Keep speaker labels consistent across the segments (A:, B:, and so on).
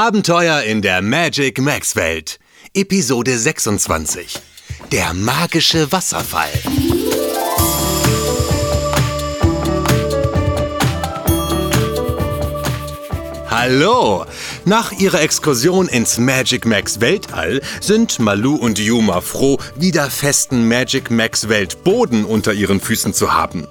A: Abenteuer in der Magic Max Welt. Episode 26. Der magische Wasserfall. Hallo! Nach ihrer Exkursion ins Magic Max Weltall sind Malu und Yuma froh, wieder festen Magic Max Weltboden unter ihren Füßen zu haben.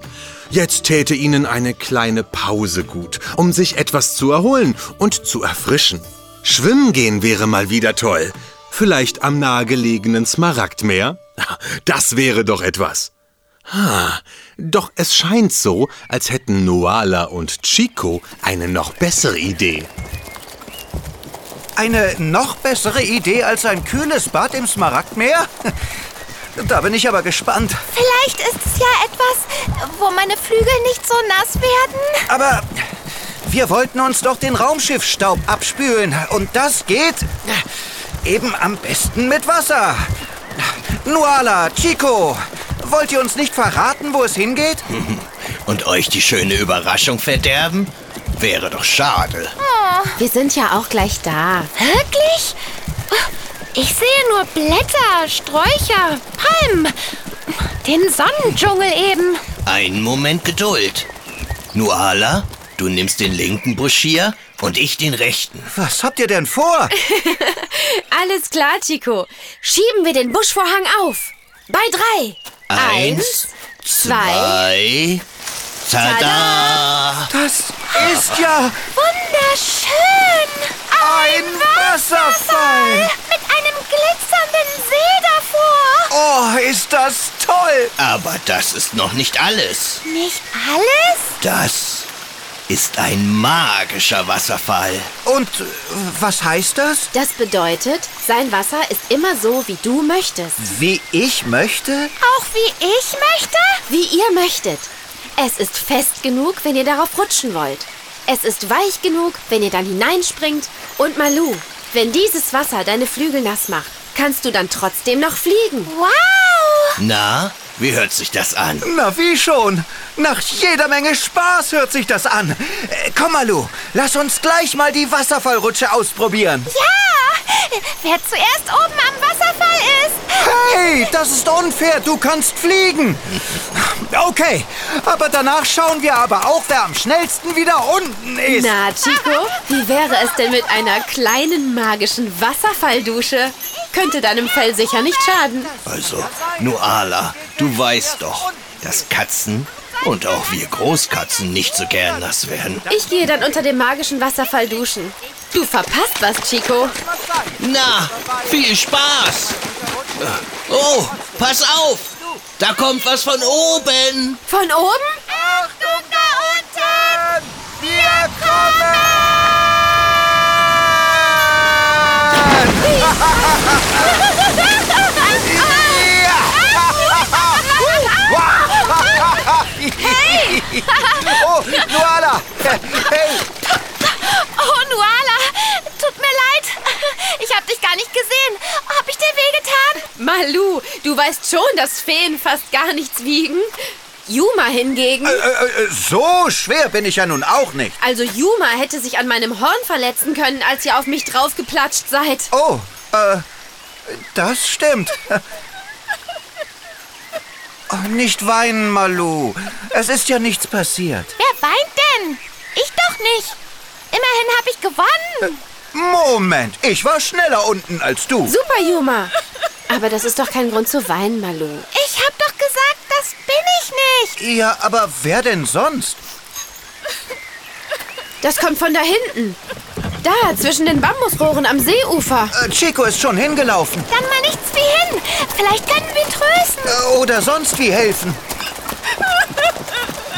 A: Jetzt täte ihnen eine kleine Pause gut, um sich etwas zu erholen und zu erfrischen. Schwimmen gehen wäre mal wieder toll. Vielleicht am nahegelegenen Smaragdmeer? Das wäre doch etwas. Ah, doch es scheint so, als hätten Noala und Chico eine noch bessere Idee.
B: Eine noch bessere Idee als ein kühles Bad im Smaragdmeer? Da bin ich aber gespannt.
C: Vielleicht ist es ja etwas, wo meine Flügel nicht so nass werden.
B: Aber wir wollten uns doch den Raumschiffstaub abspülen. Und das geht eben am besten mit Wasser. Nuala, Chico, wollt ihr uns nicht verraten, wo es hingeht?
D: und euch die schöne Überraschung verderben? Wäre doch schade.
E: Wir sind ja auch gleich da.
C: Wirklich? Ich sehe nur Blätter, Sträucher, Palmen, den Sonnendschungel eben.
D: Einen Moment Geduld. Nuala, du nimmst den linken Broschier und ich den rechten.
B: Was habt ihr denn vor?
E: Alles klar, Chico. Schieben wir den Buschvorhang auf. Bei drei.
D: zwei. Tada!
B: Das ist ja
C: Wunderschön!
B: ein Wasserfall.
C: Mit einem glitzernden See davor.
B: Oh, ist das toll.
D: Aber das ist noch nicht alles.
C: Nicht alles?
D: Das ist ein magischer Wasserfall.
B: Und äh, was heißt das?
E: Das bedeutet, sein Wasser ist immer so, wie du möchtest.
B: Wie ich möchte?
C: Auch wie ich möchte?
E: Wie ihr möchtet. Es ist fest genug, wenn ihr darauf rutschen wollt. Es ist weich genug, wenn ihr dann hineinspringt. Und Malu, wenn dieses Wasser deine Flügel nass macht, kannst du dann trotzdem noch fliegen.
C: Wow!
D: Na, wie hört sich das an?
B: Na wie schon. Nach jeder Menge Spaß hört sich das an. Äh, komm, Malu, lass uns gleich mal die Wasserfallrutsche ausprobieren.
C: Ja! Wer zuerst oben am Wasserfall ist.
B: Hey, das ist unfair. Du kannst fliegen. Okay, aber danach schauen wir aber auch, wer am schnellsten wieder unten ist.
E: Na, Chico, wie wäre es denn mit einer kleinen magischen Wasserfalldusche? Könnte deinem Fell sicher nicht schaden.
D: Also, Nuala, du weißt doch, dass Katzen und auch wir Großkatzen nicht so gern nass werden.
E: Ich gehe dann unter dem magischen Wasserfall duschen. Du verpasst was, Chico.
D: Na, viel Spaß! Oh, pass auf! Da kommt was von oben!
E: Von oben?
C: Achtung da unten!
B: Wir kommen! Hey! Oh, Luana! Hey,
C: Oh, Nuala, tut mir leid. Ich hab dich gar nicht gesehen. Hab ich dir wehgetan?
E: Malu, du weißt schon, dass Feen fast gar nichts wiegen. Yuma hingegen.
B: äh, äh, so schwer bin ich ja nun auch nicht.
E: Also Yuma hätte sich an meinem Horn verletzen können, als ihr auf mich draufgeplatscht seid.
B: Oh, äh, das stimmt. Oh, Nicht weinen, Malu. Es ist ja nichts passiert.
C: Wer weint denn? Ich doch nicht. Immerhin hab ich gewonnen.
B: Moment, ich war schneller unten als du.
E: Super, Yuma. Aber das ist doch kein Grund zu weinen, Malu.
C: Ich hab doch gesagt, das bin ich nicht.
B: Ja, aber wer denn sonst?
E: Das kommt von da hinten. Da, zwischen den Bambusrohren am Seeufer.
B: Äh, Chico ist schon hingelaufen.
C: Dann mal nichts wie hin. Vielleicht können wir trösten.
B: Äh, Oder sonst wie helfen.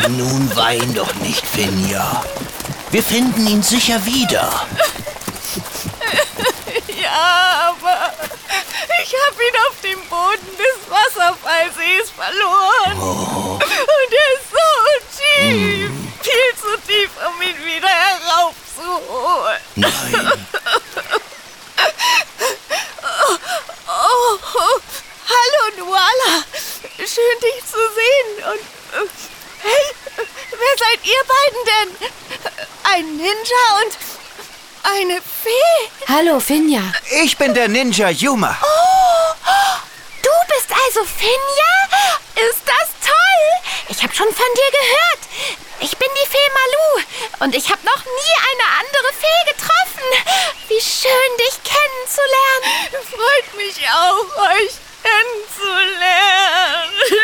D: Nun wein doch nicht, Finja. Wir finden ihn sicher wieder.
F: Ja, aber ich habe ihn auf dem Boden des Wasserfallsees verloren. Und er ist so tief, viel zu tief, um ihn wieder heraufzuholen.
D: Nein.
F: Oh, oh. hallo Nuala, schön dich zu sehen. Und äh, hey, wer seid ihr beiden denn? Ein Ninja und eine Fee?
C: Hey,
E: Hallo, Finja.
B: Ich bin der Ninja Yuma.
C: du bist also Finja? Ist das toll? Ich habe schon von dir gehört. Ich bin die Fee Malu und ich habe noch nie eine andere Fee getroffen. Wie schön, dich kennenzulernen.
F: Freut mich auch, euch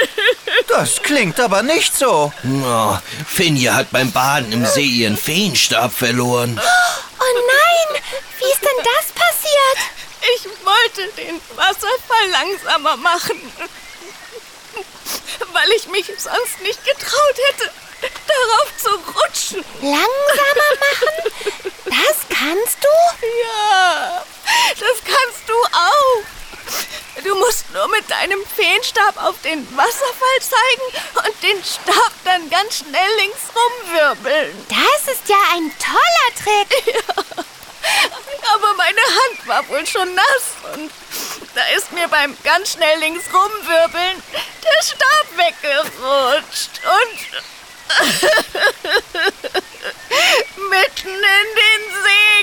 F: kennenzulernen.
B: Das klingt aber nicht so.
D: Oh, Finja hat beim Baden im See ihren Feenstab verloren.
C: Oh nein, wie ist denn das passiert?
F: Ich wollte den Wasserfall langsamer machen, weil ich mich sonst nicht getraut hätte, darauf zu rutschen.
C: Langsamer machen? Das kannst du?
F: Ja, das kannst du auch. Du musst nur mit deinem Feenstab auf den Wasserfall zeigen und den Stab dann ganz schnell links rumwirbeln.
C: Das ist ja ein toller Trick.
F: Aber meine Hand war wohl schon nass und da ist mir beim ganz schnell links rumwirbeln der Stab weggerutscht und mitten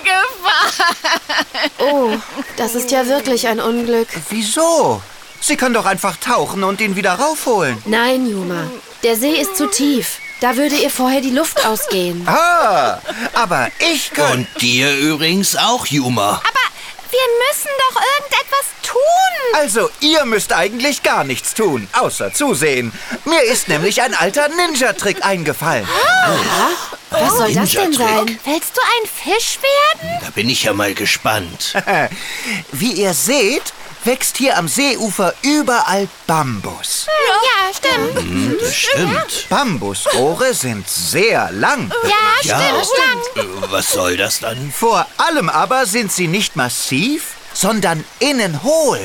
F: in den See gefallen.
E: Oh, das ist ja wirklich ein Unglück.
B: Wieso? Sie kann doch einfach tauchen und ihn wieder raufholen.
E: Nein, Juma. Der See ist zu tief. Da würde ihr vorher die Luft ausgehen.
B: Ah, aber ich kann.
D: Und dir übrigens auch, Juma.
C: Aber wir müssen doch irgendetwas tun.
B: Also, ihr müsst eigentlich gar nichts tun, außer zusehen. Mir ist nämlich ein alter Ninja-Trick eingefallen.
E: Was soll das denn sein?
C: Willst du ein Fisch werden?
D: Da bin ich ja mal gespannt.
B: Wie ihr seht, wächst hier am Seeufer überall Bambus.
C: Ja, stimmt.
D: Hm, das stimmt.
B: Bambusrohre sind sehr lang.
C: Ja,
D: Ja,
C: stimmt. stimmt.
D: Äh, was soll das dann?
B: Vor allem aber sind sie nicht massiv, sondern innen hohl.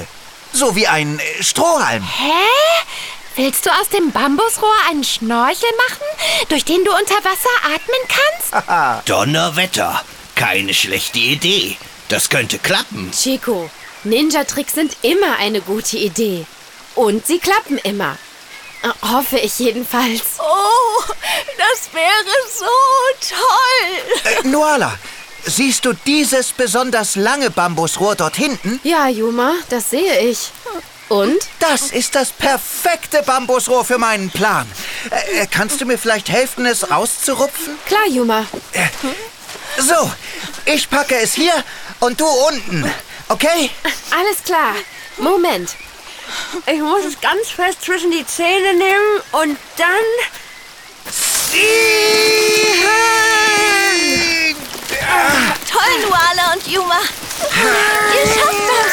B: So wie ein äh, Strohhalm.
C: Hä? Willst du aus dem Bambusrohr einen Schnorchel machen, durch den du unter Wasser atmen kannst?
G: Ah.
D: Donnerwetter. Keine schlechte Idee. Das könnte klappen.
E: Chico, Ninja-Tricks sind immer eine gute Idee. Und sie klappen immer. Äh, Hoffe ich jedenfalls.
F: Oh, das wäre so toll.
B: Äh, Noala, siehst du dieses besonders lange Bambusrohr dort hinten?
E: Ja, Juma, das sehe ich. Und?
B: Das ist das perfekte Bambusrohr für meinen Plan. Äh, äh, kannst du mir vielleicht helfen, es rauszurupfen?
E: Klar, Juma.
B: So, ich packe es hier und du unten. Okay?
E: Alles klar. Moment.
G: Ich muss es ganz fest zwischen die Zähne nehmen und dann
F: Toll, Nuala und Yuma. Ihr schafft das.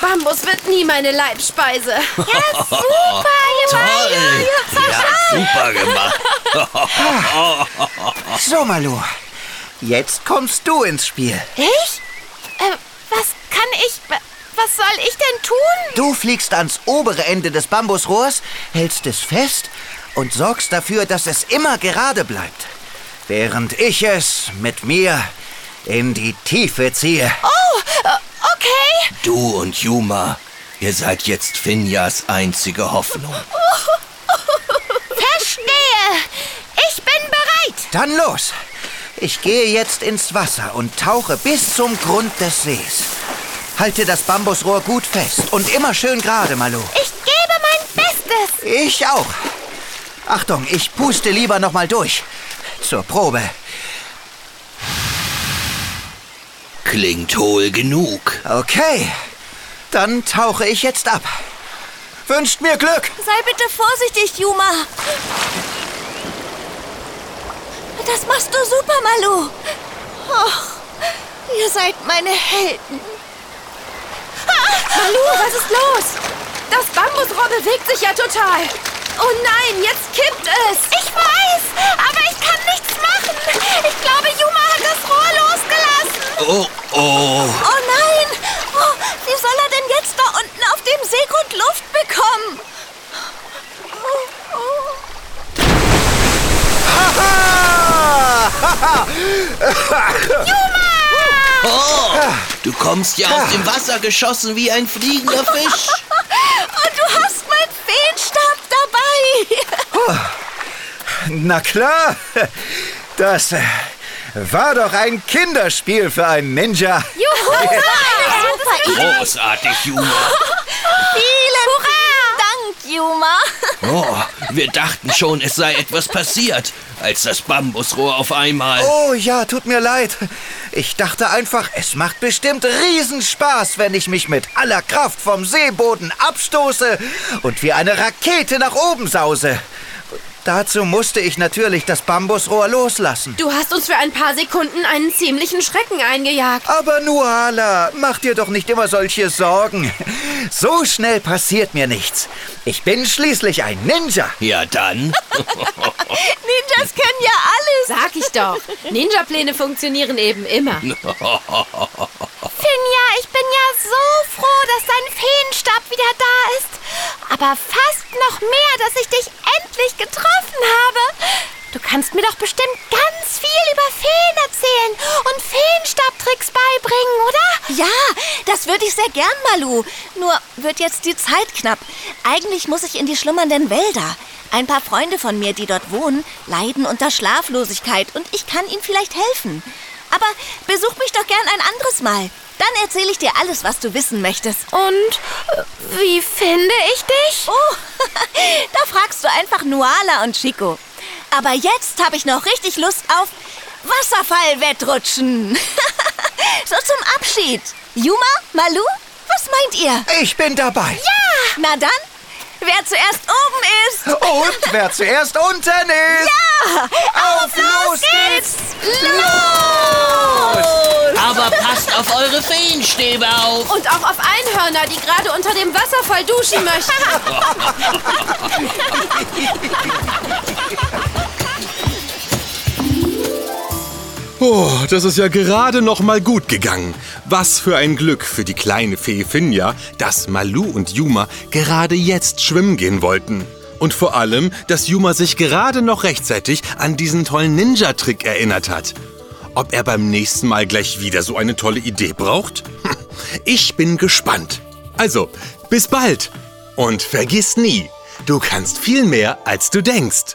E: Bambus wird nie meine Leibspeise.
D: Toll. Ja, super gemacht.
B: So, Malu. Jetzt kommst du ins Spiel.
C: Ich? Äh, was kann ich. wa- Was soll ich denn tun?
B: Du fliegst ans obere Ende des Bambusrohrs, hältst es fest und sorgst dafür, dass es immer gerade bleibt. Während ich es mit mir in die Tiefe ziehe.
C: Okay.
D: Du und Juma, ihr seid jetzt Finjas einzige Hoffnung.
C: Verstehe. Ich bin bereit.
B: Dann los. Ich gehe jetzt ins Wasser und tauche bis zum Grund des Sees. Halte das Bambusrohr gut fest und immer schön gerade, Malu.
C: Ich gebe mein Bestes.
B: Ich auch. Achtung, ich puste lieber nochmal durch. Zur Probe.
D: Klingt hohl genug.
B: Okay. Dann tauche ich jetzt ab. Wünscht mir Glück.
F: Sei bitte vorsichtig, Yuma. Das machst du super, Malu. Och, ihr seid meine Helden.
E: Malu, was ist los? Das Bambusrohr bewegt sich ja total. Oh nein, jetzt kippt es.
C: Ich weiß, aber ich kann nichts machen. Ich glaube, Juma hat das Rohr losgelassen.
D: Oh, oh.
F: Oh nein! Oh, wie soll er denn jetzt da unten auf dem Seegrund Luft bekommen? Oh, oh.
B: Ah!
D: Oh, du kommst ja aus dem Wasser geschossen wie ein fliegender Fisch.
F: Und du hast meinen Feenstab dabei.
B: Na klar. Das äh, war doch ein Kinderspiel für einen Ninja.
C: Juhu!
E: Super,
D: Großartig, Juma.
F: Vielen, vielen Dank, Juma.
D: Oh, wir dachten schon, es sei etwas passiert, als das Bambusrohr auf einmal.
B: Oh ja, tut mir leid. Ich dachte einfach, es macht bestimmt Riesenspaß, wenn ich mich mit aller Kraft vom Seeboden abstoße und wie eine Rakete nach oben sause. Dazu musste ich natürlich das Bambusrohr loslassen.
E: Du hast uns für ein paar Sekunden einen ziemlichen Schrecken eingejagt.
B: Aber Nuala, mach dir doch nicht immer solche Sorgen. So schnell passiert mir nichts. Ich bin schließlich ein Ninja.
D: Ja, dann.
F: Ninjas können ja alles.
E: Sag ich doch. Ninja-Pläne funktionieren eben immer.
C: Finja, ich bin ja so froh, dass dein Feenstab wieder da ist. Aber fast noch mehr, dass ich dich endlich getroffen habe. Du kannst mir doch bestimmt ganz viel über Feen erzählen und Feenstabtricks beibringen, oder?
F: Ja, das würde ich sehr gern, Malu. Nur wird jetzt die Zeit knapp. Eigentlich muss ich in die schlummernden Wälder. Ein paar Freunde von mir, die dort wohnen, leiden unter Schlaflosigkeit und ich kann ihnen vielleicht helfen. Aber besuch mich doch gern ein anderes Mal. Dann erzähle ich dir alles, was du wissen möchtest.
C: Und äh, wie finde ich dich?
F: Oh, da fragst du einfach Nuala und Chico. Aber jetzt habe ich noch richtig Lust auf Wasserfallwettrutschen. so zum Abschied. Juma, Malu, was meint ihr?
B: Ich bin dabei.
F: Na dann, wer zuerst oben ist.
B: Und wer zuerst unten ist. Ja! Auf, los geht's!
D: Aber passt auf eure Feenstäbe auf.
E: Und auch auf Einhörner, die gerade unter dem Wasserfall duschen möchten.
A: Oh, das ist ja gerade noch mal gut gegangen. Was für ein Glück für die kleine Fee Finja, dass Malu und Juma gerade jetzt schwimmen gehen wollten. Und vor allem, dass Juma sich gerade noch rechtzeitig an diesen tollen Ninja-Trick erinnert hat. Ob er beim nächsten Mal gleich wieder so eine tolle Idee braucht? Hm, Ich bin gespannt. Also, bis bald. Und vergiss nie, du kannst viel mehr, als du denkst.